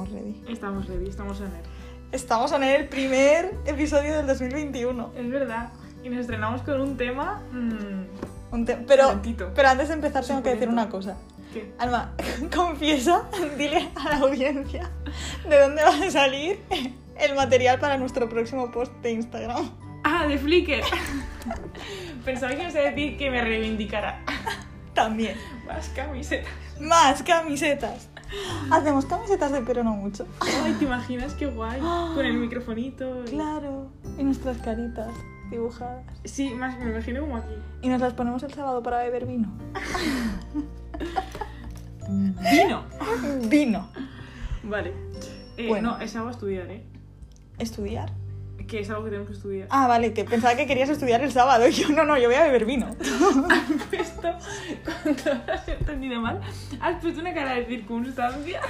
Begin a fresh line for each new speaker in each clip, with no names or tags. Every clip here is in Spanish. Estamos ready, estamos en él.
Estamos en el primer episodio del 2021.
Es verdad. Y nos estrenamos con un tema. mm,
Un te- pero,
Calentito.
pero antes de empezar tengo que decir
Suculento.
una cosa.
¿qué?
Alma, confiesa, dile a la audiencia de dónde va a salir el material para nuestro próximo post de Instagram.
Ah, de Flickr. Pensaba que ibas a decir que me reivindicara.
También.
Más camisetas.
Más camisetas. Hacemos camisetas de pero no mucho.
Ay, ¿te imaginas qué guay? Con el microfonito. y-
Claro. Y nuestras caritas dibujadas.
Sí, más, me imagino como aquí.
Y nos las ponemos el sábado para beber vino.
Vino.
Vino.
Vale. Eh,
Bueno.
No, es algo a estudiar, ¿eh?
¿Estudiar?
Que es algo que tenemos que estudiar.
Ah, vale, que pensaba que querías estudiar el sábado. Y yo, no, no, yo voy a beber vino.
Esto, cuando lo has entendido mal, has puesto una cara de circunstancia.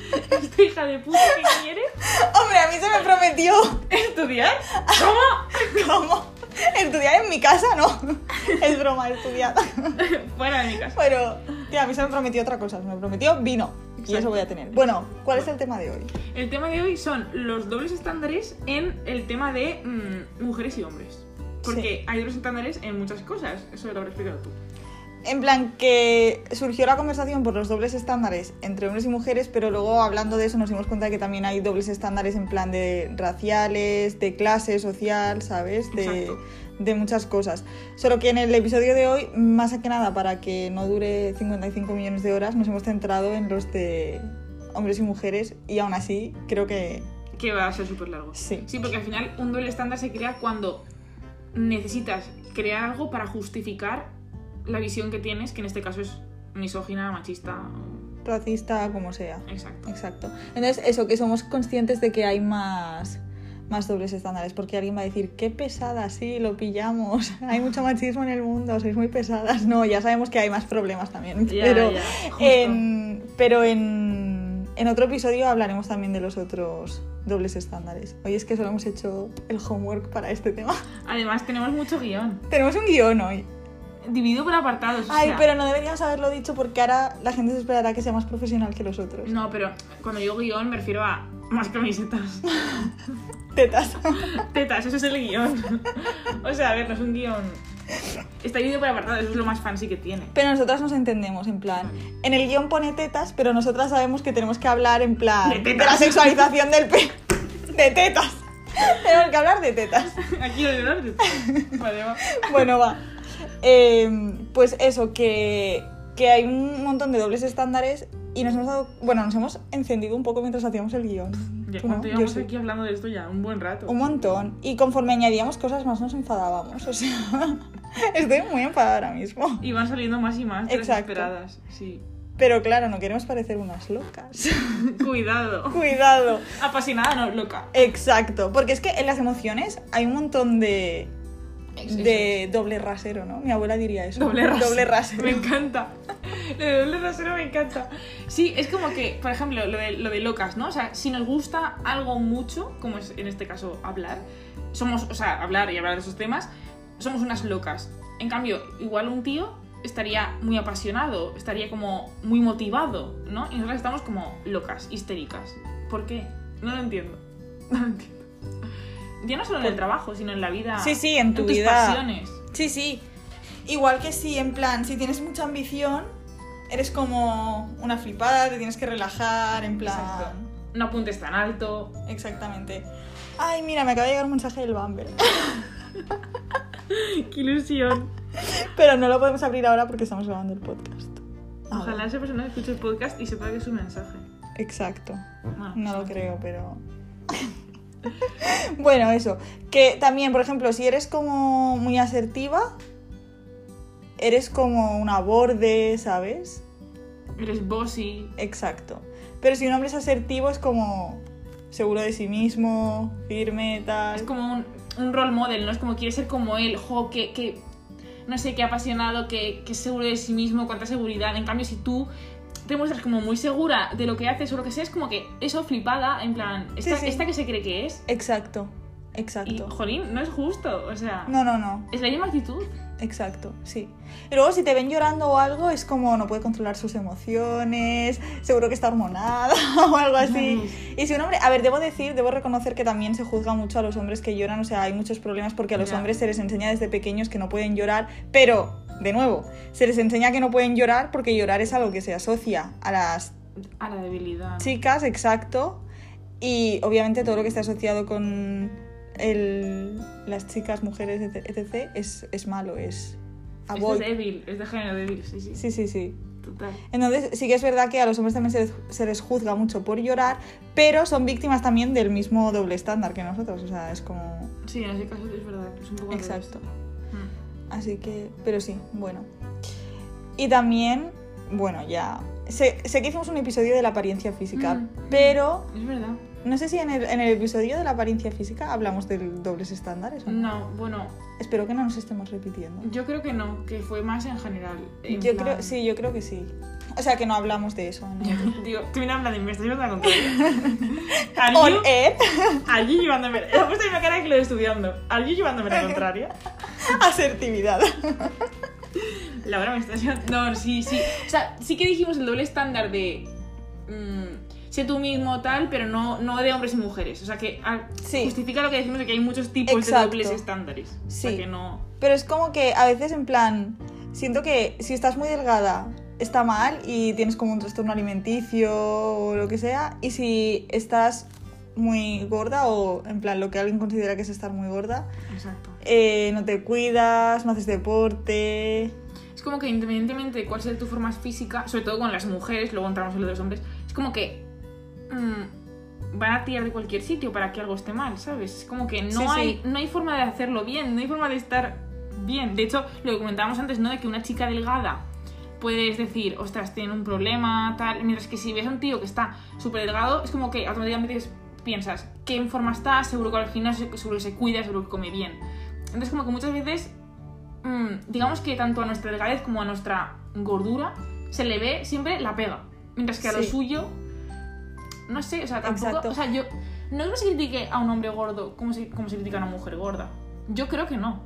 Esta hija de puta que quiere
Hombre, a mí se me prometió.
estudiar. ¿Cómo?
¿Cómo? Estudiar en mi casa, no. Es broma, estudiar.
Fuera de mi casa.
Pero, tía, a mí se me prometió otra cosa. Se me prometió vino. Y
Exacto.
eso voy a tener. Bueno, ¿cuál es el tema de hoy?
El tema de hoy son los dobles estándares en el tema de mm, mujeres y hombres. Porque hay dobles estándares en muchas cosas. Eso lo habrás explicado tú.
En plan, que surgió la conversación por los dobles estándares entre hombres y mujeres, pero luego hablando de eso nos dimos cuenta de que también hay dobles estándares en plan de raciales, de clase social, ¿sabes? De,
Exacto.
de muchas cosas. Solo que en el episodio de hoy, más que nada para que no dure 55 millones de horas, nos hemos centrado en los de hombres y mujeres y aún así creo que
Que va a ser súper largo.
Sí.
Sí, porque al final un doble estándar se crea cuando necesitas crear algo para justificar la visión que tienes, que en este caso es misógina, machista. o-
racista como sea.
Exacto.
Exacto. Entonces, eso, que somos conscientes de que hay más, más dobles estándares, porque alguien va a decir, qué pesada, sí, lo pillamos, hay mucho machismo en el mundo, sois muy pesadas. No, ya sabemos que hay más problemas también,
Ya,
pero, em,
ya, justo.
en, pero en, en otro episodio hablaremos también de los otros dobles estándares. Hoy es que solo hemos hecho el homework para este tema.
Además, tenemos mucho guión.
Tenemos un guión hoy.
Dividido por apartados. o
Ay,
sea,
pero no deberíamos haberlo dicho porque ahora la gente se esperará que sea más profesional que los otros.
No, pero cuando digo guión me refiero a más camisetas.
Tetas.
Tetas, eso es el guión. o sea, a ver, no es un guión. Está dividido por apartados, eso es lo más fancy que tiene.
Pero nosotras nos entendemos, en plan. En el guión pone tetas, pero nosotras sabemos que tenemos que hablar en plan.
De tetas.
la sexualización del pe. De tetas. tenemos que hablar de tetas.
Aquí lo de los- Vale, va.
Bueno, va. Eh, pues eso, que, que hay un montón de dobles estándares y nos hemos dado. Bueno, nos hemos encendido un poco mientras hacíamos el guión.
Ya,
Tú no,
¿Cuánto
yo
llevamos
sí.
aquí hablando de esto ya? Un buen rato.
Un montón. Y conforme añadíamos cosas más nos enfadábamos. O sea, estoy muy enfadada ahora mismo.
Y van saliendo más y más de las
Exacto.
esperadas. Sí.
Pero claro, no queremos parecer unas locas.
Cuidado.
Cuidado.
Apasionada no loca.
Exacto, porque es que en las emociones hay un montón de,
Excesos.
de doble rasero, ¿no? Mi abuela diría eso.
Doble rasero.
Doble rasero.
Me encanta. Lo de doble rasero me encanta. Sí, es como que, por ejemplo, lo de, lo de locas, ¿no? O sea, si nos gusta algo mucho, como es en este caso hablar, somos, o sea, hablar y hablar de esos temas, somos unas locas. En cambio, igual un tío estaría muy apasionado, estaría como muy motivado, ¿no? Y nosotras estamos como locas, histéricas. ¿Por qué? No lo entiendo. No lo entiendo. Ya no solo en el trabajo, sino en la vida.
Sí, sí, en tu
tus
vida.
pasiones.
Sí, sí. Igual que si, en plan, si tienes mucha ambición, eres como una flipada, te tienes que relajar, en plan.
Exacto. No apuntes tan alto,
Exactamente. Ay, mira, me acaba de llegar un mensaje del Bumble.
¡Qué ilusión!
Pero no lo podemos abrir ahora porque estamos grabando el podcast. Ah,
Ojalá esa persona escuche el podcast y sepa que es un mensaje.
Exacto.
Bueno,
No lo
sí.
creo, pero. bueno, eso. Que también, por ejemplo, si eres como muy asertiva, eres como una borde, ¿sabes?
Eres bossy.
Exacto. Pero si un hombre es asertivo, es como seguro de sí mismo, firme, tal.
Es como un, un role model, ¿no? Es como quiere ser como él, jo, que, que no sé, que apasionado, que, que es seguro de sí mismo, cuánta seguridad. En cambio, si tú te muestras como muy segura de lo que haces o lo que sea, es como que eso flipada, en plan, esta,
sí.
esta que se cree que es.
Exacto,
Y,
exacto.
jolín, no es justo, o sea,
No, no, no.
es la misma actitud.
Exacto, sí. Y luego si te ven llorando o algo, es como no puede controlar sus emociones, seguro que está hormonada o algo así. Y si un hombre, a ver, debo decir, debo reconocer que también se juzga mucho a los hombres que lloran, o sea, hay muchos problemas porque a los
Ya.
hombres se les enseña desde pequeños que no pueden llorar, pero, de nuevo, se les enseña que no pueden llorar porque llorar es algo que se asocia a las
A la debilidad.
chicas, exacto. Y obviamente todo lo que está asociado con el- las chicas, mujeres, etc. etc, es, es malo, es
Es
avoid.
de débil, es de género débil, sí, sí.
Sí, sí, sí.
Total.
Entonces sí que es verdad que a los hombres también se les, se les juzga mucho por llorar, pero son víctimas también del mismo doble estándar que nosotros. O sea, es como...
Sí, en ese caso es verdad, es un poco. al revés.
Exacto.
Mm.
Así que, pero sí, bueno. Y también, bueno, ya... Sé, sé que hicimos un episodio de la apariencia física,
Mm.
pero
Es verdad.
No sé si en el, en el episodio de la apariencia física hablamos de dobles estándares. ¿o no?
No, bueno,
Espero que no nos estemos repitiendo.
yo creo que no, que fue más en general. Eh, en
Yo
plan-
creo, sí, yo creo que sí. O sea, que no hablamos de eso. ¿no?
Digo, tú me hablas de me estás llevando la contraria. Are
On
you-
air.
are you llevándome. He puesto mi cara de que lo estoy estudiando. Are you llevándome la contraria?
Asertividad.
Laura me está llevando. No, sí, sí. O sea, sí que dijimos el doble estándar de. mm, sé tú mismo tal, pero no, no de hombres y mujeres. O sea, que ah,
Sí.
justifica lo que decimos de que hay muchos tipos
Exacto.
de dobles estándares. O
Sí.
sea, que no.
Pero es como que a veces en plan, siento que si estás muy delgada está mal y tienes como un trastorno alimenticio o lo que sea. Y si estás muy gorda o en plan lo que alguien considera que es estar muy gorda,
Exacto.
eh, no te cuidas, no haces deporte.
Es como que independientemente de cuál sea tu forma física, sobre todo con las mujeres, luego entramos en lo de los hombres, es como que mm, van a tirar de cualquier sitio para que algo esté mal, ¿sabes? Es como que no,
Sí, sí.
hay, no hay forma de hacerlo bien, no hay forma de estar bien. De hecho, lo que comentábamos antes, ¿no? De que una chica delgada puedes decir, ostras, tiene un problema, tal, mientras que si ves a un tío que está súper delgado, es como que automáticamente es- piensas, ¿qué en forma está? Seguro que al gimnasio, seguro que se cuida, seguro que come bien. Entonces, como que muchas veces mm, digamos que tanto a nuestra delgadez como a nuestra gordura se le ve siempre la pega. Mientras que a lo
Sí.
suyo, no sé, o sea, tampoco.
Exacto.
O sea, yo. No es que se critique a un hombre gordo como se, como se critica a una mujer gorda. Yo creo que no.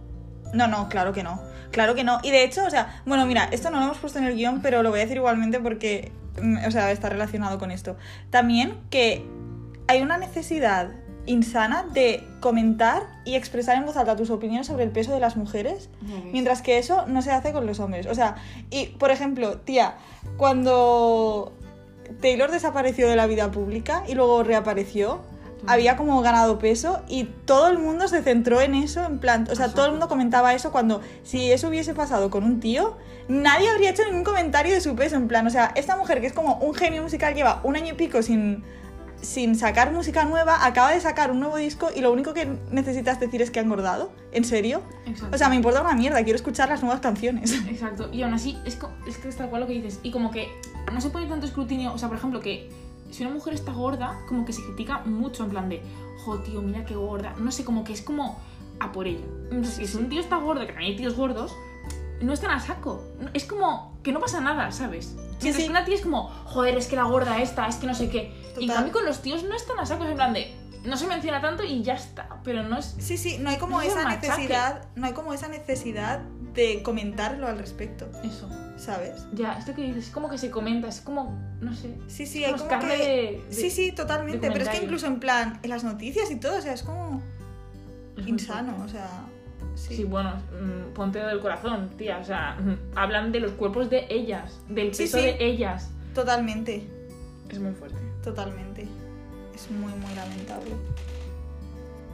No, no, claro que no. Claro que no. Y de hecho, o sea, bueno, mira, esto no lo hemos puesto en el guión, pero lo voy a decir igualmente porque, mm, o sea, está relacionado con esto. También que hay una necesidad insana de comentar y expresar en voz alta tus opiniones sobre el peso de las mujeres, mientras que eso no se hace con los hombres. O sea, y por ejemplo, tía, cuando Taylor desapareció de la vida pública y luego reapareció, había como ganado peso y todo el mundo se centró en eso, en plan, o sea, todo el mundo comentaba eso cuando si eso hubiese pasado con un tío, nadie habría hecho ningún comentario de su peso, en plan, o sea, esta mujer que es como un genio musical lleva un año y pico sin sin sacar música nueva, acaba de sacar un nuevo disco y lo único que necesitas decir es que ha engordado, ¿en serio?
Exacto.
O sea, me importa una mierda, quiero escuchar las nuevas canciones.
Exacto. Y aún así, es, co- es que es tal cual lo que dices. Y como que no se pone tanto escrutinio. O sea, por ejemplo, que si una mujer está gorda, como que se critica mucho en plan de, jo, tío, mira qué gorda. No sé, como que es como a por ella. No sé, si un tío está gordo, que también hay tíos gordos, no están a saco. No- Es como que no pasa nada, ¿sabes? Mientras
sí.
que una tía es como, joder, es que la gorda esta, es que no sé qué. Y en
Total.
cambio con los tíos no están a saco, es en plan de, no se menciona tanto y ya está. Pero no es.
Sí, sí, no hay como
No es un
esa
machaque.
necesidad, no hay como esa necesidad de comentarlo al respecto,
Eso.
¿sabes?
Ya, esto que dices, es como que se comenta, es como, no sé.
Sí, sí,
Sí,
hay como que... Sí, sí,
de
totalmente, pero es que
comentario.
incluso en plan, en las noticias y todo, o sea, es como
Es muy
insano,
fuerte.
o sea, sí.
Sí, bueno, mm, ponte del corazón, tía. O sea, mm, hablan de los cuerpos de ellas, del
Sí,
peso
sí.
de ellas.
Totalmente,
Es muy fuerte.
totalmente. Es muy, muy lamentable.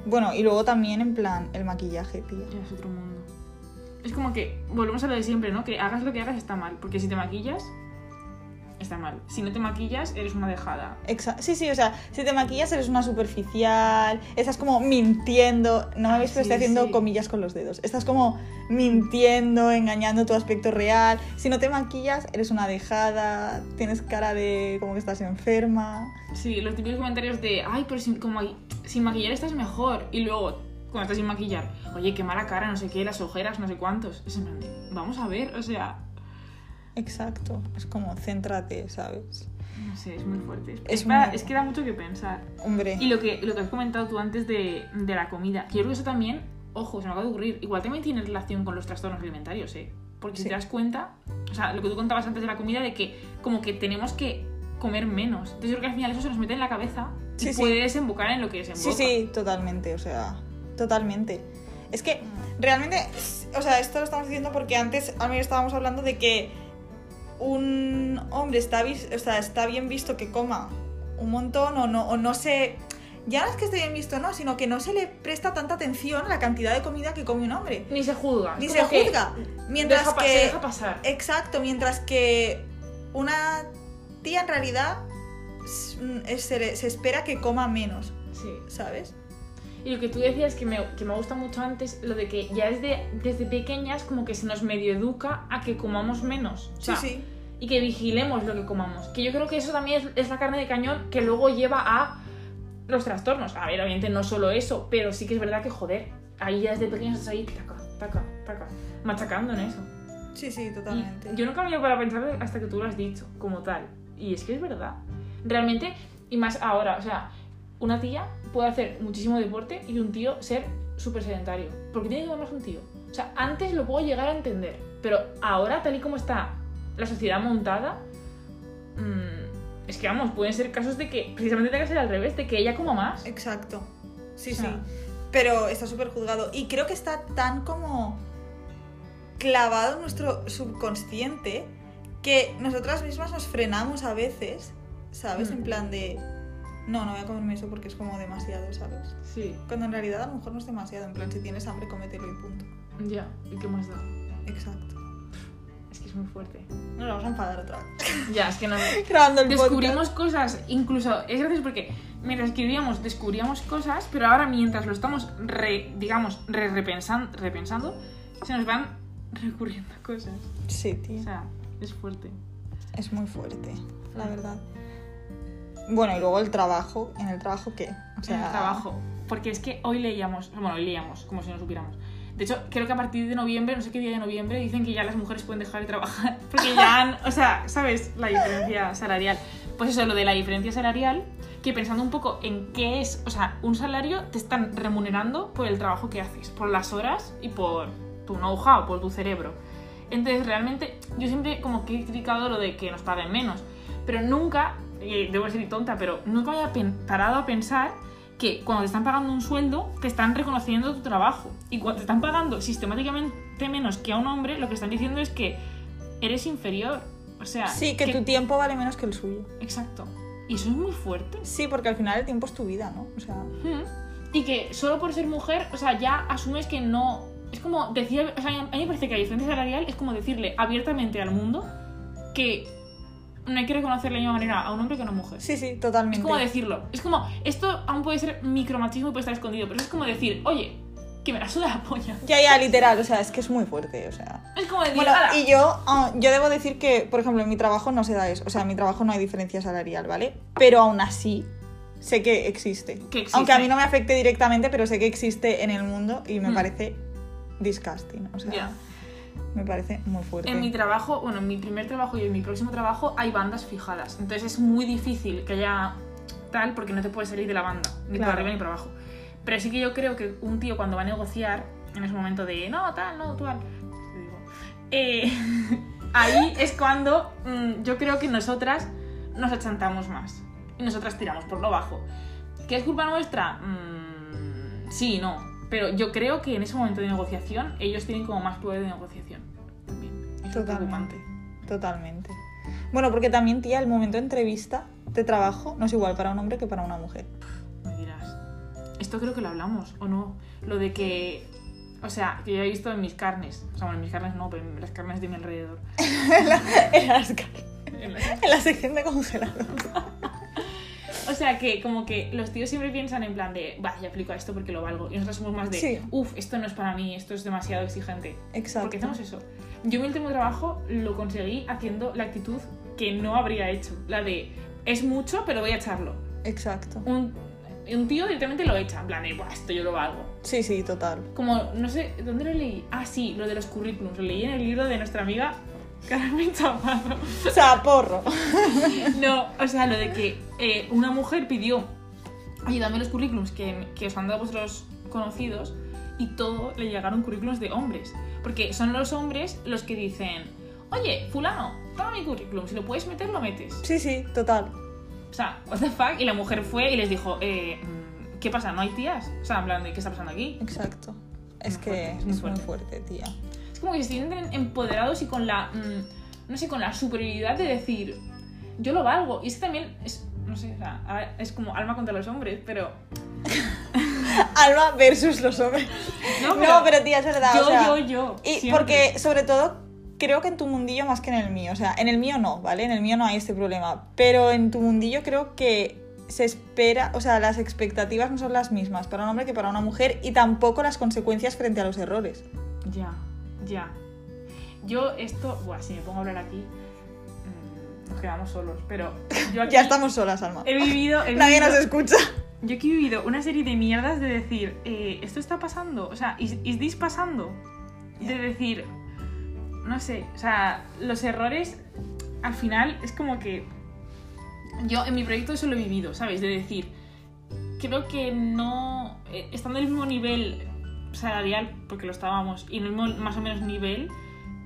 Bueno, y luego también en plan el maquillaje, tía.
Ya es otro mundo. Es como que volvemos a lo de siempre, ¿no? Que hagas lo que hagas está mal. Porque si te maquillas, está mal. Si no te maquillas, eres una dejada.
Exa- sí, sí, o sea, si te maquillas eres una superficial, estás como mintiendo, no me
Ah,
veis pero
sí,
estoy haciendo
sí.
comillas con los dedos, estás como mintiendo, engañando tu aspecto real, si no te maquillas eres una dejada, tienes cara de como que estás enferma.
Sí, los típicos comentarios de, ay, pero sin, como, hay- sin maquillar estás mejor. Y luego, cuando estás sin maquillar, oye, qué mala cara, no sé qué, las ojeras, no sé cuántos. Es en plan de, vamos a ver, o sea,
Exacto, es como céntrate, ¿sabes?
no sé, es muy fuerte. Es,
Es
para-
muy-
es que da mucho que pensar.
Hombre,
Y lo que, lo que has comentado tú antes de, de la comida, que yo creo que eso también Ojo, se me acaba de ocurrir. Igual también tiene relación con los trastornos alimentarios, ¿eh? Porque si
Sí.
te das cuenta, o sea, lo que tú contabas antes de la comida, de que como que tenemos que comer menos. Entonces yo creo que al final eso se nos mete en la cabeza y
Sí, sí.
puede desembocar en lo que desemboca.
Sí, sí, totalmente, o sea, totalmente. Es que realmente, s- o sea, esto lo estamos diciendo porque antes a mí estábamos hablando de que un hombre está, vis- o sea, está bien visto que coma un montón o no, o no se... Ya no es que esté bien visto, no, sino que no se le presta tanta atención a la cantidad de comida que come un hombre.
Ni se juzga. es
Ni se
como que
juzga. Mientras
Deja, pa-
que...
Se deja pasar.
Exacto, mientras que una tía en realidad s- mm, se, le- se espera que coma menos,
Sí.
¿sabes?
Y lo que tú decías que me, que me gusta mucho antes, lo de que ya desde, desde pequeñas como que se nos medio educa a que comamos menos. O sea,
sí, sí.
Y que vigilemos lo que comamos. Que yo creo que eso también es, es la carne de cañón que luego lleva a los trastornos. A ver, obviamente no solo eso, pero sí que es verdad que joder, ahí ya desde pequeños estás ahí, taca, taca, taca, machacando en eso.
Sí, sí, totalmente.
Y yo nunca me había para pensar hasta que tú lo has dicho, como tal. Y es que es verdad. Realmente, y más ahora, o sea, una tía puede hacer muchísimo deporte y un tío ser súper sedentario. Porque tiene que comer más un tío. O sea, antes lo puedo llegar a entender, pero ahora, tal y como está la sociedad montada, mm, es que vamos, pueden ser casos de que precisamente tenga que ser al revés, de que ella coma más.
Exacto. Sí,
O sea.
sí. Pero está súper juzgado. Y creo que está tan como clavado en nuestro subconsciente que nosotras mismas nos frenamos a veces, ¿sabes?
Mm.
En plan de, no, no voy a comerme eso porque es como demasiado, ¿sabes?
Sí,
Cuando en realidad a lo mejor no es demasiado. En plan, si tienes hambre, cómetelo y punto.
ya, ¿y qué más da?
Exacto.
Es que es muy fuerte.
Nos vamos a enfadar otra vez.
Ya, es que no.
Grabando el
descubrimos cosas, incluso es gracias porque mientras escribíamos descubríamos cosas, pero ahora mientras lo estamos re- digamos re- repensan- repensando, se nos van recurriendo cosas.
podcast. Sí, tío.
O sea, es fuerte.
Es muy fuerte, la verdad. Bueno, y luego el trabajo. ¿En el trabajo qué? O
En el trabajo, porque es que hoy leíamos, bueno, hoy leíamos como si no supiéramos. De hecho, creo que a partir de noviembre, no sé qué día de noviembre, dicen que ya las mujeres pueden dejar de trabajar porque ya han, o sea, ¿sabes? La diferencia salarial. Pues eso, lo de la diferencia salarial, que pensando un poco en qué es, o sea, un salario te están remunerando por el trabajo que haces, por las horas y por tu know-how, por tu cerebro. Entonces, realmente, yo siempre como que he criticado lo de que nos paguen menos, pero nunca, y debo ser tonta, pero nunca me había pen- parado a pensar que cuando te están pagando un sueldo, te están reconociendo tu trabajo. Y cuando te están pagando sistemáticamente menos que a un hombre, lo que están diciendo es que eres inferior. O sea,
Sí, que, tu tiempo vale menos que el suyo.
Exacto. Y eso es muy fuerte.
Sí, porque al final el tiempo es tu vida, ¿no? O sea,
Mm. Y que solo por ser mujer, o sea, ya asumes que no. Es como decir. O sea, a mí me parece que la diferencia salarial es como decirle abiertamente al mundo que no hay que reconocer de la misma manera a un hombre que a una mujer.
sí, sí,
Es
totalmente.
como decirlo. Es como. Esto aún puede ser micromachismo y puede estar escondido, pero es como decir, oye, que me la suda la polla.
Ya, ya, literal, o sea, es que es muy fuerte, o sea.
Es como decir,
Bueno,
"Hala".
y yo, ah, yo debo decir que, por ejemplo, en mi trabajo no se da eso, o sea, en mi trabajo no hay diferencia salarial, ¿vale? Pero aún así, sé que existe.
Que existe.
Aunque a mí no me afecte directamente, pero sé que existe en el mundo y me
Mm.
parece disgusting, o sea,
Ya.
me parece muy fuerte.
En mi trabajo, bueno, en mi primer trabajo y en mi próximo trabajo hay bandas fijadas. Entonces es muy difícil que haya tal porque no te puedes salir de la banda, ni
Claro.
para arriba ni para abajo. Pero sí que yo creo que un tío cuando va a negociar, en ese momento de no, tal, no, tal, te digo, eh, ahí es cuando mm, yo creo que nosotras nos achantamos más. Y nosotras tiramos por lo bajo. ¿Qué es culpa nuestra? Mm, sí, y no. Pero yo creo que en ese momento de negociación ellos tienen como más poder de negociación. También. Eso Es
Totalmente.
preocupante.
Totalmente. Bueno, porque también, tía, el momento de entrevista de trabajo no es igual para un hombre que para una mujer.
Me dirás. Esto creo que lo hablamos, ¿o no? Lo de que. O sea, que yo he visto en mis carnes. O sea, bueno, en mis carnes no, pero en las carnes de mi alrededor.
en, las ca- en la sección de congelado.
O sea, que como que los tíos siempre piensan en plan de, va, ya aplico a esto porque lo valgo. Y nosotros somos más de,
Sí.
uff, esto no es para mí, esto es demasiado exigente.
Exacto.
¿Por qué hacemos eso? Yo mi último trabajo lo conseguí haciendo la actitud que no habría hecho. La de, es mucho, pero voy a echarlo.
Exacto.
Un, un tío directamente lo echa, en plan de, "Buah, esto yo lo valgo.
Sí, sí, total.
Como, no sé, ¿dónde lo leí? Ah, sí, lo de los currículums. Lo leí en el libro de nuestra amiga Carmen Chamarro.
O sea, porro.
No, o sea, lo de que eh, una mujer pidió, oye, dame los currículums que, que os han dado vuestros conocidos. y todo le llegaron currículos de hombres. Porque son los hombres los que dicen, oye, fulano, toma mi currículum, si lo puedes meter, lo metes.
Sí, sí, total.
O sea, what the fuck, y la mujer fue y les dijo, eh, mm, ¿qué pasa? ¿No hay tías? O sea, en plan, de, ¿qué está pasando aquí?
Exacto. Es
Muy
que
fuerte,
es muy fuerte, tía.
Es como que se sienten empoderados y con la, mm, no sé, con la superioridad de decir, yo lo valgo. Y es que también, es, no sé, o sea, ahora es como alma contra los hombres, pero...
Alma versus los hombres. No, pero, tía, es verdad.
Yo,
o sea,
yo, yo.
Y
siempre.
porque, sobre todo, creo que en tu mundillo más que en el mío. O sea, en el mío no, ¿vale? En el mío no hay este problema. Pero en tu mundillo creo que se espera, o sea, las expectativas no son las mismas para un hombre que para una mujer y tampoco las consecuencias frente a los errores.
Ya, ya. Yo esto, buah, si me pongo a hablar aquí, mm, nos quedamos solos, pero yo aquí
Ya estamos solas, Alma.
he vivido, he
Nadie
vivido-
nos escucha.
yo aquí he vivido una serie de mierdas de decir, eh, esto está pasando, o sea, is, is this pasando? De decir, no sé, o sea, los errores al final es como que yo en mi proyecto eso lo he vivido, ¿sabes? De decir, creo que no, eh, estando en el mismo nivel salarial, porque lo estábamos, y en el mismo más o menos nivel,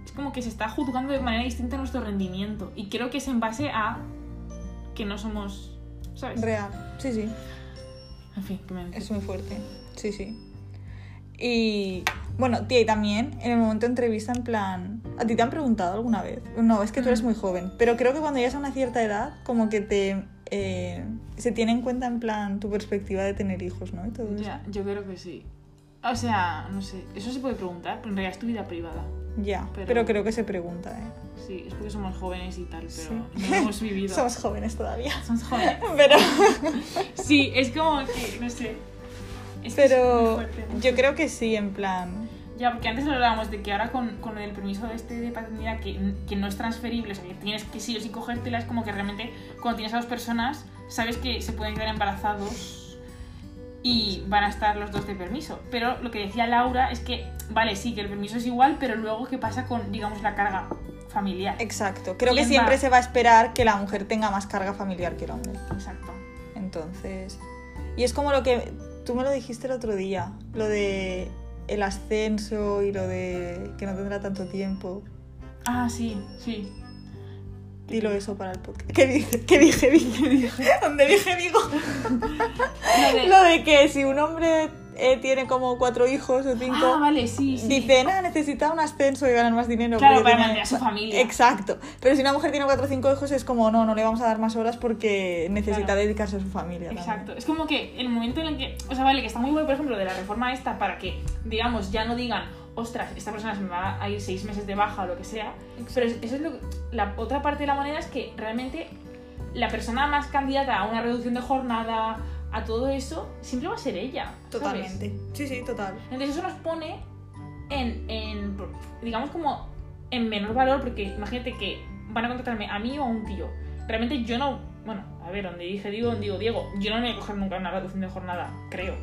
es como que se está juzgando de manera distinta nuestro rendimiento. Y creo que es en base a que no somos, ¿sabes?
Real. Sí, sí.
En fin, que me...
Es muy fuerte. Sí, sí. Y bueno, tía, y también en el momento de entrevista, en plan. ¿A ti te han preguntado alguna vez? No, es que tú eres
Mm.
muy joven. Pero creo que cuando llegas a una cierta edad, como que te. eh, se tiene en cuenta, en plan, tu perspectiva de tener hijos, ¿no? Y todo eso.
Ya, yo creo que sí. O sea, no sé, eso se puede preguntar, pero en realidad es tu vida privada.
Ya,
Pero-
pero... creo que se pregunta, ¿eh?
Sí, es porque somos jóvenes y tal, pero
Sí.
no lo hemos vivido.
Somos jóvenes todavía.
Somos jóvenes.
Pero,
Sí, es como que, no sé. Es que es muy
pero
fuerte.
yo creo que sí, en plan.
Ya, porque antes lo hablábamos de que ahora con, con el permiso de este de paternidad que, que no es transferible, o sea, que tienes que sí o sí cogértela, es como que realmente cuando tienes a dos personas, sabes que se pueden quedar embarazados y van a estar los dos de permiso. Pero lo que decía Laura es que, vale, sí, que el permiso es igual, pero luego qué pasa con, digamos, la carga familiar.
Exacto. Creo que
¿Quién
siempre
va?
se va a esperar que la mujer tenga más carga familiar que el hombre.
Exacto.
Entonces. Y es como lo que. Tú me lo dijiste el otro día. Lo de el ascenso y lo de que no tendrá tanto tiempo.
Ah, sí, sí.
Dilo eso para el podcast. ¿Qué, dice? ¿Qué dije? dije, dije? ¿Dónde dije? Digo.
Lo de-
Lo de que si un hombre eh, tiene como cuatro hijos o cinco.
Ah, vale, sí, sí.
Dicen, ah, necesita un ascenso y ganar más dinero.
Claro,
porque
para
tiene-
mantener a su familia.
Exacto. Pero si una mujer tiene cuatro o cinco hijos es como, no, no le vamos a dar más horas porque necesita
Claro.
dedicarse a su familia. también".
Exacto, es como que el momento en el que, o sea, vale, que está muy bueno, por ejemplo, de la reforma esta para que, digamos, ya no digan, ostras, esta persona se me va a ir seis meses de baja o lo que sea, pero es- eso es lo que- la otra parte de la moneda es que realmente la persona más candidata a una reducción de jornada, a todo eso, siempre va a ser ella. ¿sabes?
Totalmente. Sí, sí, total.
Entonces eso nos pone en, en, digamos, como en menor valor, porque imagínate que van a contratarme a mí o a un tío. Realmente yo no, bueno, a ver, donde dije digo, donde digo Diego, yo no me voy a coger nunca una reducción de jornada, creo.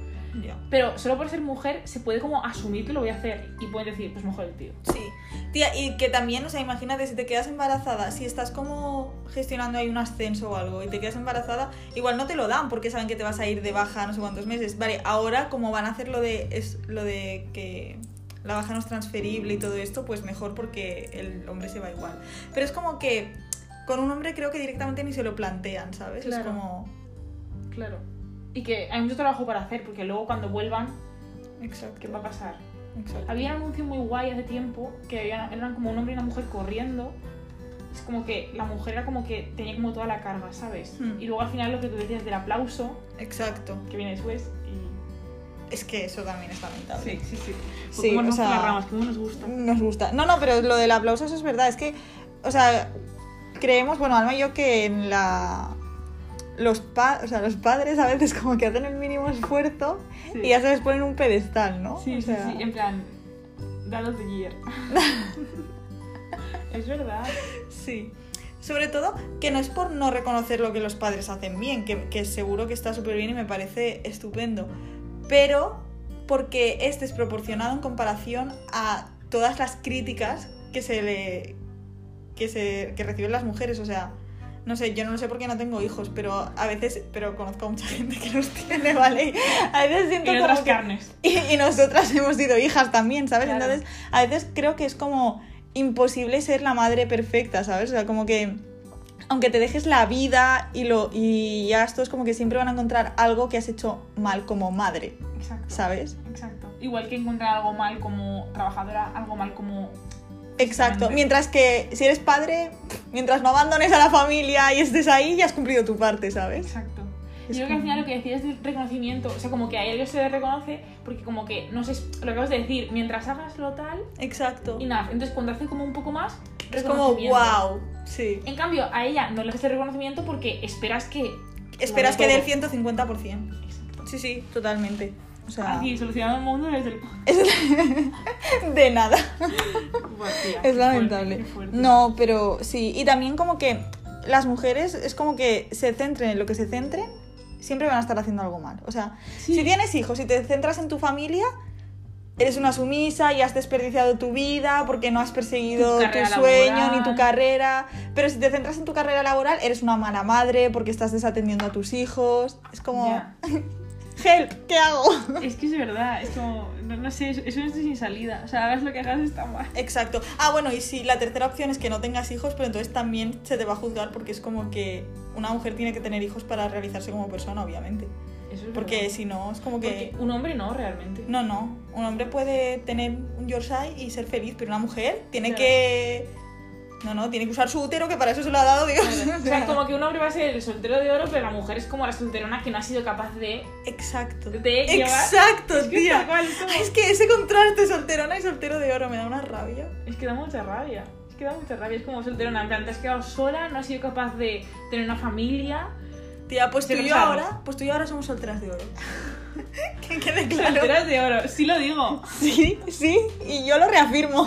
Pero solo por ser mujer se puede como asumir que lo voy a hacer y pueden decir, pues mejor el tío.
Sí. Tía, y que también, o sea, imagínate si te quedas embarazada, si estás como gestionando ahí un ascenso o algo y te quedas embarazada, igual no te lo dan porque saben que te vas a ir de baja no sé cuántos meses. Vale, ahora como van a hacer lo de, es, lo de que la baja no es transferible y todo esto, pues mejor porque el hombre se va igual. Pero es como que con un hombre creo que directamente ni se lo plantean, ¿sabes?
Claro.
Es como...
Claro. Y que hay mucho trabajo para hacer, porque luego cuando vuelvan,
Exacto.
¿qué va a pasar?
Exacto.
Había un anuncio muy guay hace tiempo que había- eran como un hombre y una mujer corriendo. Es como que la mujer era como que tenía como toda la carga, ¿sabes?
Hmm.
Y luego al final lo que tú decías del aplauso,
Exacto.
que viene después. Y...
Es que eso también es lamentable.
sí, sí.
Sí,
como
o
nos
sea-
las ramas, como nos gusta.
nos gusta. No, no, pero lo del aplauso eso es verdad. Es que, o sea, creemos, bueno, Alma y yo, que en la... Los, pa- o sea, los padres a veces como que hacen el mínimo esfuerzo
Sí.
y ya se les ponen un pedestal, ¿no?
Sí,
O
sí,
sea,
sí, en plan, dad of the year. es verdad.
sí. Sobre todo que no es por no reconocer lo que los padres hacen bien, que, que seguro que está súper bien y me parece estupendo, pero porque es desproporcionado en comparación a todas las críticas que se le que se que reciben las mujeres, o sea, No sé, yo no lo sé porque no tengo hijos, pero a veces, pero conozco a mucha gente que los tiene, ¿vale? Y a veces siento
En
como
otras
que-
carnes.
y, y nosotras hemos sido hijas también, ¿sabes?
Claro.
Entonces, a veces creo que es como imposible ser la madre perfecta, ¿sabes? O sea, como que aunque te dejes la vida y lo y gastos, como que siempre van a encontrar algo que has hecho mal como madre,
Exacto.
¿sabes?
Exacto. Igual que encontrar algo mal como trabajadora, algo mal como.
Exacto.
Totalmente.
Mientras que si eres padre, mientras no abandones a la familia y estés ahí, ya has cumplido tu parte, ¿sabes?
Exacto.
Es
Yo creo que al
como-
final lo que decías del reconocimiento, o sea, como que a ellos se les reconoce, porque como que, no sé, lo que acabas de decir, mientras hagas lo tal,
Exacto.
y nada. Entonces cuando hace como un poco más,
Es como
reconocimiento.
wow. Sí.
En cambio, a ella no le haces el reconocimiento porque esperas que.
Esperas
Lo
que
de
dé el 150%.
Exacto.
Sí, sí, totalmente. O sea,
Así, solucionado el mundo desde el.
de nada.
Buah, tía, qué
Es
fuerte,
lamentable.
qué fuerte.
No, pero sí. Y también como que las mujeres es como que se centren en lo que se centren, siempre van a estar haciendo algo mal. O sea,
Sí.
si tienes hijos y te centras en tu familia, eres una sumisa y has desperdiciado tu vida porque no has perseguido
Tu
tu,
carrera
sueño ni tu
laboral.
carrera. Pero si te centras en tu carrera laboral, eres una mala madre porque estás desatendiendo a tus hijos. Es como,
Ya.
help, ¿qué hago?
Es que es verdad, es como, no, no sé, eso es un sin salida. O sea, hagas lo que hagas está mal.
Exacto. Ah, bueno, y si la tercera opción es que no tengas hijos, pero entonces también se te va a juzgar porque es como que una mujer tiene que tener hijos para realizarse como persona, obviamente.
Eso es
Porque
verdad.
si no, es como que...
Porque un hombre no, realmente.
No, no. Un hombre puede tener un Yorkshire y ser feliz, pero una mujer tiene
Claro.
que... No, no, tiene que usar su útero, que para eso se lo ha dado Dios.
Claro. O sea, como que un hombre va a ser el soltero de oro, pero la mujer es como la solterona que no ha sido capaz de.
Exacto.
De llevar-
Exacto,
Es que,
tía.
tal cual, es, como-
Ay, es que ese contraste solterona y soltero de oro me da una rabia.
es que da mucha rabia. Es que da mucha rabia. Es como solterona, en plan, te has quedado sola, no has sido capaz de tener una familia.
Tía, pues tú
Se
y
nos
yo
habla.
ahora, pues tú y yo ahora somos solteras de oro. que quede claro.
Solteras de oro, sí lo digo.
Sí, sí, y yo lo reafirmo.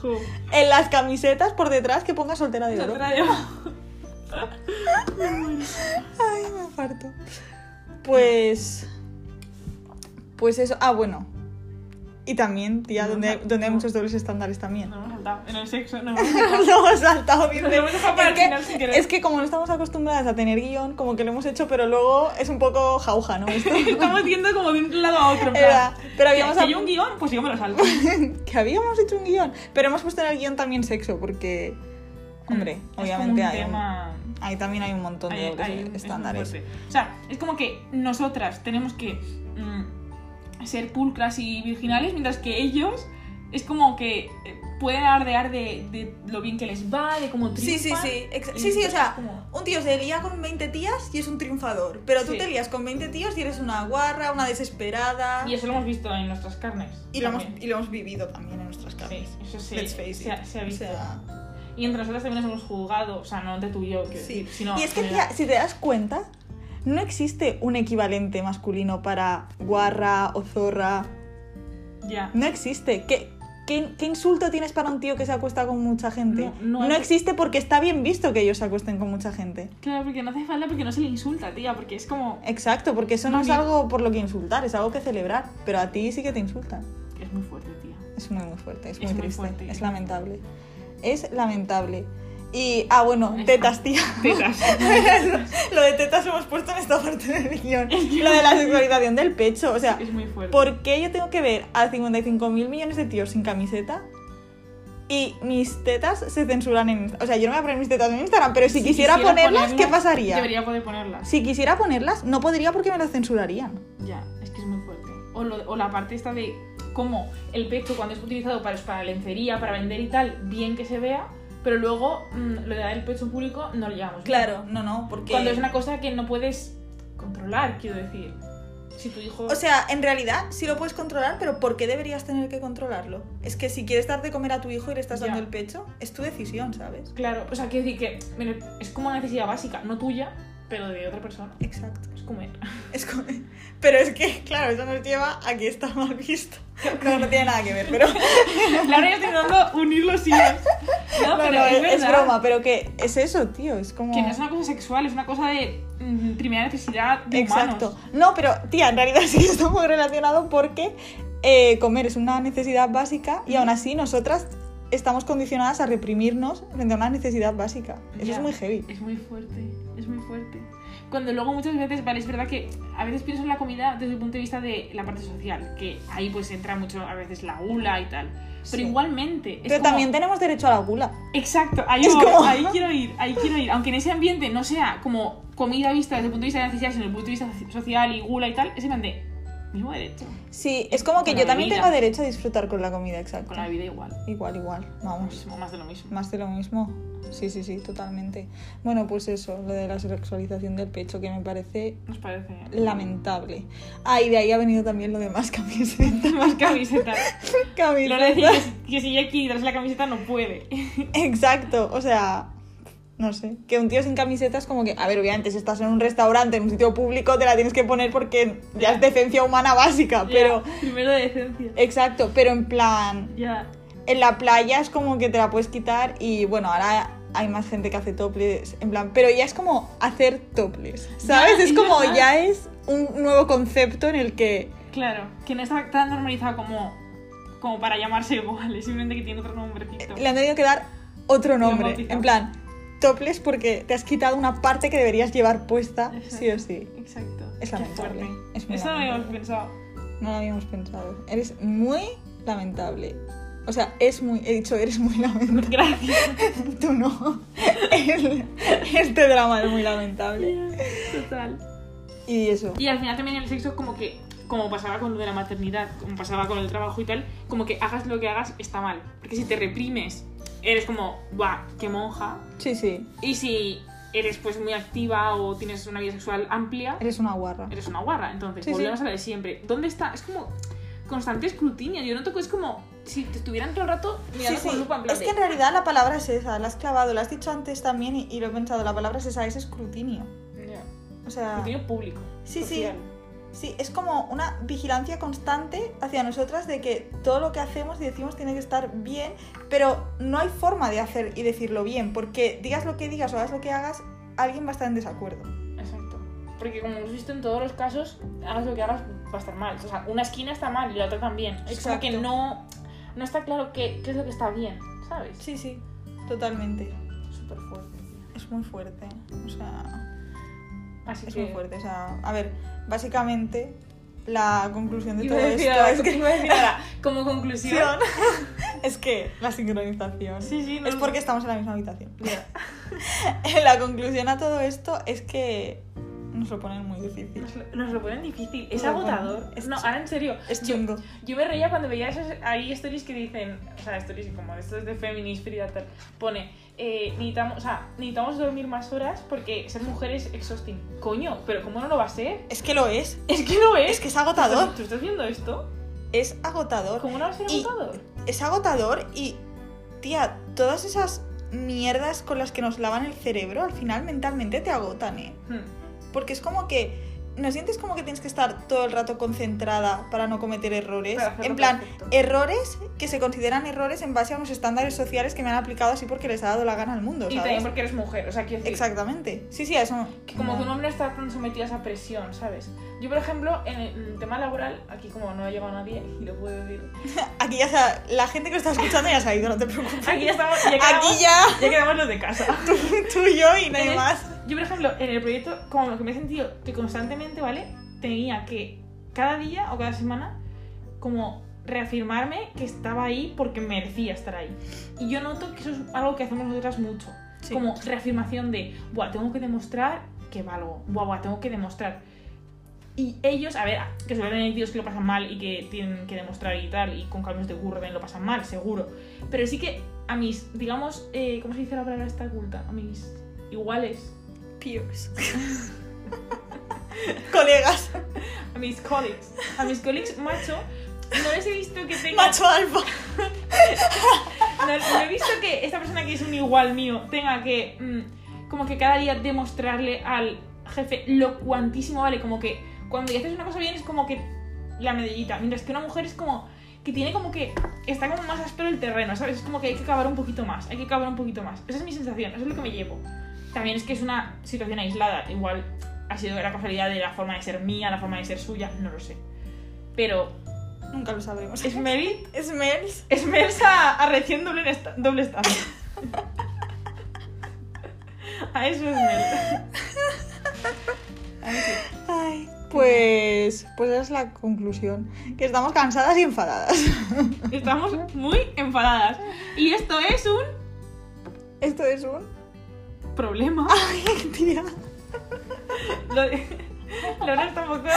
Jo,
En las camisetas por detrás que ponga soltera de oro.
Soltera de oro.
Ay, me farto. Pues. Pues eso. Ah, bueno. Y también, tía,
No,
donde,
no.
donde hay muchos dobles estándares también.
No
No.
hemos saltado. En el sexo, no hemos saltado.
hemos saltado bien.
Lo
de-
hemos dejado para
es,
el final sin
que,
querer.
es que como no estamos acostumbradas a tener guión, como que lo hemos hecho, pero luego es un poco jauja, ¿no? Esto.
Estamos yendo como de un lado a otro. En plan,
Era- pero habíamos
si hay
apun-
un guión, pues yo me lo salto.
que habíamos hecho un guión, pero hemos puesto en el guión también sexo, porque, hombre,
Mm. Es como
obviamente
un
hay, un-
tema-
ahí también hay un montón de
hay-
dobles
hay un- es muy
estándares.
fuerte. o sea, es como que nosotras tenemos que mm, ser pulcras y virginales, mientras que ellos es como que eh, pueden ardear de, de lo bien que les va, de cómo
Sí, sí,
triunfan.
sí, exa-
Y
sí, sí, o
entonces
sea,
es como-
un tío se lía con 20 tías y es un triunfador, pero tú
Sí.
te lías con 20 tíos y eres una guarra, una desesperada,
Y eso lo hemos visto en nuestras carnes.
y lo, hemos,
también.
y lo hemos vivido también en nuestras
Sí,
carnes.
eso se,
Let's face
se ha-
it.
se ha visto.
O sea,
Y entre nosotras también nos hemos juzgado, o sea, no entre tú y yo, que,
sí.
sino
y es que,
en
tía,
general.
si te das cuenta, no existe un equivalente masculino para guarra o zorra
ya.
No existe. ¿Qué, qué, qué insulto tienes para un tío que se acuesta con mucha gente?
No,
No,
no hay-
existe porque está bien visto que ellos se acuesten con mucha gente.
Claro, porque no hace falta porque no se le insulta, tía, porque es como.
Exacto, porque eso no,
No,
es
ni-
algo por lo que insultar, es algo que celebrar. Pero a ti sí que te insultan.
Es muy fuerte, tía.
Es muy, muy fuerte, es
Es
muy
muy
triste,
fuerte.
es lamentable. Es lamentable. Y, ah, bueno,
Ahí está.
tetas, tía.
Tetas.
lo de tetas lo hemos puesto en esta parte del guión. Lo de la sexualización del pecho, o sea,
es muy fuerte.
¿Por qué yo tengo que ver a 55 mil millones de tíos sin camiseta? Y mis tetas se censuran en Instagram. O sea, yo no voy a poner mis tetas en Instagram, pero si, quisiera, ponerlas, ¿qué pasaría?
Debería poder ponerlas.
Si quisiera ponerlas, no podría porque me las censurarían.
Ya, es que es muy fuerte. O, lo- o la parte esta de cómo el pecho cuando es utilizado para, para lencería, para vender y tal, bien que se vea, pero luego mm, lo de dar el pecho en público no lo llevamos. bien.
no, no, porque.
Cuando es una cosa que no puedes controlar, quiero decir. Si tu hijo...
O sea, en realidad sí lo puedes controlar, pero ¿por qué deberías tener que controlarlo? Es que si quieres dar de comer a tu hijo y le estás
Ya.
dando el pecho, es tu decisión, ¿sabes?
Claro, o sea, quiero decir que mira, es como una necesidad básica, no tuya, pero de otra persona.
Exacto.
Es comer.
Es co- Pero es que, claro, eso nos lleva a que está mal visto. No, no tiene nada que ver, pero.
Claro, yo estoy intentando unir los hilos. No,
No,
pero
no, es,
verdad.
broma, pero que es eso, tío, es como...
Que no es una cosa sexual, es una cosa de mm, primera necesidad de
Exacto.
humanos.
No, pero tía, en realidad sí que está muy relacionado porque eh, comer es una necesidad básica y aún así nosotras estamos condicionadas a reprimirnos frente a una necesidad básica. Eso
Ya.
es muy heavy.
Es muy fuerte, es muy fuerte. Cuando luego muchas veces, vale, es verdad que a veces pienso en la comida desde el punto de vista de la parte social, que ahí pues entra mucho a veces la gula y tal. Pero
Sí.
igualmente. es
Pero
como-
también tenemos derecho a la gula.
Exacto, ahí,
Es
voy,
como-
ahí quiero ir, ahí quiero ir. Aunque en ese ambiente no sea como comida vista desde el punto de vista de necesidades, sino desde el punto de vista social y gula y tal, ese plan de mismo derecho.
Sí, es como que
Con
yo
la
también
bebida.
tengo derecho a disfrutar con la comida, exacto.
Con la vida igual.
Igual, igual,
Lo
vamos.
mismo, más de lo mismo.
Más de lo mismo. Sí, sí, sí, totalmente. Bueno, pues eso, lo de la sexualización del pecho, que me parece
Nos parece.
lamentable. Ah, y de ahí ha venido también lo de más camisetas.
Más camiseta. Lo
camisetas.
de decir que, si- que si Jackie tras la camiseta no puede.
Exacto, o sea, no sé. Que un tío sin camiseta es como que, a ver, obviamente, si estás en un restaurante, en un sitio público, te la tienes que poner porque ya es decencia humana básica, Ah, pero...
Ya, Primero de decencia.
Exacto, pero en plan,
Ya.
en la playa es como que te la puedes quitar y bueno, ahora hay más gente que hace toples, en plan, pero ya es como hacer toples, ¿sabes?
Ya,
es
es
como
verdad.
ya es un nuevo concepto en el que...
Claro, que no está tan normalizado como, como para llamarse igual, es simplemente que tiene otro nombrecito.
Le han tenido que dar otro
Lo
nombre.
bautizamos.
En plan, toples porque te has quitado una parte que deberías llevar puesta, sí o sí.
Exacto.
Es
Qué
lamentable,
fuerte.
es muy
Eso no lo habíamos
lamentable.
pensado.
No lo habíamos pensado. Eres muy lamentable. O sea, es muy. He dicho, eres muy lamentable.
Gracias.
Tú no. El- este drama es muy lamentable.
Total.
Y eso.
Y al final también el sexo como que, como pasaba con lo de la maternidad, como pasaba con el trabajo y tal, como que hagas lo que hagas está mal. Porque si te reprimes, eres como, guau, qué monja.
Sí, sí.
Y si eres pues muy activa o tienes una vida sexual amplia,
Eres una guarra.
eres una guarra. Entonces,
Sí, sí.
volvemos a lo de siempre. ¿Dónde está? Es como constante escrutinio. Yo noto que es como si te estuvieran todo el rato mirando
Sí,
con
sí.
lupa. En plan
Es
de,
que en realidad la palabra es esa. La has clavado, la has dicho antes también y, y lo he pensado. La palabra es esa, es escrutinio.
Ya.
O sea.
Escrutinio público.
Sí, sí.
social.
Sí, es como una vigilancia constante hacia nosotras de que todo lo que hacemos y decimos tiene que estar bien, pero no hay forma de hacer y decirlo bien, porque digas lo que digas o hagas lo que hagas, alguien va a estar en desacuerdo.
Exacto. Porque como hemos visto en todos los casos, hagas lo que hagas va a estar mal. O sea, una esquina está mal y la otra también. Es como
Exacto.
que no, no está claro qué, qué es lo que está bien, ¿sabes?
Sí, sí, totalmente.
Súper fuerte. tío.
Es muy fuerte, o sea,
Así
es
que...
muy fuerte. O sea, a ver, básicamente la conclusión de
Iba
todo
a decir
esto
ahora,
es que...
iba a decir ahora, como conclusión.
es que la sincronización.
Sí, sí, no
Es
lo-
porque estamos en la misma habitación.
Ya.
La conclusión a todo esto es que nos lo ponen muy difícil.
Nos lo, nos lo ponen difícil, es
Nos lo ponen.
agotador.
Es
no,
ch-
ahora en serio.
Es
yo,
chungo.
yo me reía cuando veía esas, ahí stories que dicen, o sea, stories como de estos de feminist, Frida tal, pone, eh, necesitamos, o sea, necesitamos dormir más horas porque ser mujer es exhausting. Coño, pero ¿cómo no lo va a ser?
Es que lo es.
Es que lo es.
Es que es
¿Tú estás-
agotador.
¿Tú estás viendo esto?
¿Eh? Es agotador.
¿Cómo no va a ser
Y-
agotador?
Es agotador y, tía, todas esas mierdas con las que nos lavan el cerebro, al final mentalmente te agotan, ¿eh?
Hmm,
Porque es como que... ¿No sientes como que tienes que estar todo el rato concentrada para no cometer errores?
Para hacerlo
En plan,
perfecto.
errores que se consideran errores en base a unos estándares sociales que me han aplicado así porque les ha dado la gana al mundo,
Y también
¿sabes?
porque eres mujer, o sea, quiero decir,
Exactamente. Sí, sí, a eso...
que como que un hombre está tan sometido a esa presión, ¿sabes? Yo, por ejemplo, en el tema laboral, aquí como no ha llegado nadie y lo puedo decir,
Aquí ya se- la gente que lo está escuchando ya se ha ido, no te preocupes.
aquí ya estamos, ya quedamos,
Aquí ya...
ya quedamos los de casa.
tú, tú y yo y nadie
Eres-
más.
Yo, por ejemplo, en el proyecto, como lo que me he sentido, que constantemente, ¿vale? Tenía que cada día o cada semana, como reafirmarme que estaba ahí porque merecía estar ahí. Y yo noto que eso es algo que hacemos nosotras mucho. Como reafirmación de, buah, tengo que demostrar que valgo, buah, buah, tengo que demostrar. Y ellos, a ver, que suelen tener tíos que lo pasan mal y que tienen que demostrar y tal, y con cambios de curro también lo pasan mal, seguro. Pero sí que a mis, digamos, eh, ¿cómo se dice la palabra esta culta? A mis iguales,
peers. Colegas.
a mis colleagues, a mis colleagues macho, no les he visto que tengan...
Macho alfa.
No, no he visto que esta persona que es un igual mío tenga que, mm, como que cada día demostrarle al jefe lo cuantísimo vale. Como que cuando ya haces una cosa bien es como que la medallita. Mientras que una mujer es como que tiene como que está como más áspero el terreno, ¿sabes? Es como que hay que cavar un poquito más, hay que cavar un poquito más. Esa es mi sensación, eso es lo que me llevo. También es que es una situación aislada. Igual ha sido la casualidad de la forma de ser mía, la forma de ser suya, no lo sé. Pero
Nunca lo sabremos.
Esmerit,
Smells.
Esmers a, a recién doble, esta- doble estándar. a eso es Mel.
Ay, pues, pues esa es la conclusión. Que estamos cansadas y enfadadas.
Estamos muy enfadadas. Y esto es un
Esto es un...
problema.
Ay, tía.
Lo- Lorena está un poco...
La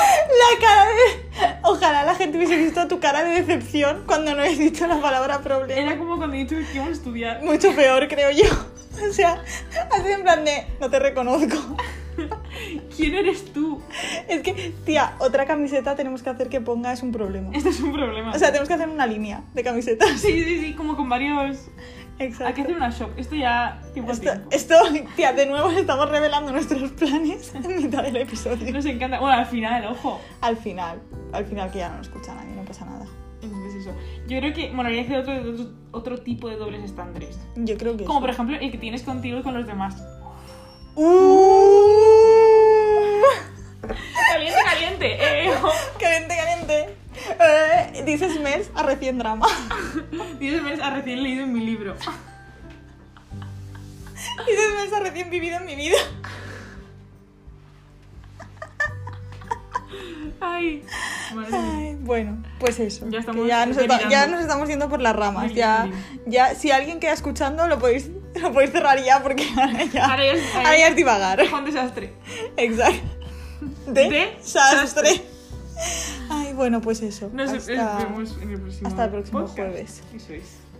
cara de... Ojalá la gente hubiese visto tu cara de decepción cuando no he dicho la palabra problema.
Era como cuando he dicho que íbamos a estudiar.
Mucho peor, creo yo. O sea, así en plan de... No te reconozco.
¿Quién eres tú?
Es que, tía, otra camiseta tenemos que hacer que ponga es un problema.
Esto es un problema.
O sea, tenemos que hacer una línea de camisetas.
sí, sí, sí, como con varios... Hay que
Exacto.
hacer una shop. Esto ya tiempo a
Esto,
tiempo.
esto, tía, de nuevo estamos revelando nuestros planes en mitad del episodio.
Nos encanta. Bueno, al final, ojo.
Al final, al final que ya no nos escucha nadie, no pasa nada.
Entonces eso. Yo creo que, bueno, hay que hacer otro, otro, otro tipo de dobles estándares.
Yo creo que...
Como por ejemplo el que tienes contigo y con los demás.
¡Uh!
Caliente, caliente. Eh, ojo.
Caliente, caliente. Eh, dices mes a recién drama.
Diez meses a recién leído en mi libro.
Dices mes a recién vivido en mi vida.
Ay. Madre mía.
Ay, bueno, pues eso.
Ya
que
estamos
ya, nos esta-
delirando.
ya nos estamos yendo por las ramas.
Muy
Ya,
bien.
ya, si alguien queda escuchando, lo podéis, lo podéis cerrar ya porque ahora ya,
Ahora ya es-
ahora ya es divagar.
Juan desastre.
Exacto.
De
Desastre. Ay, bueno, pues eso.
Nos
hasta,
vemos en el próximo
hasta el próximo
podcast.
jueves.
Eso es.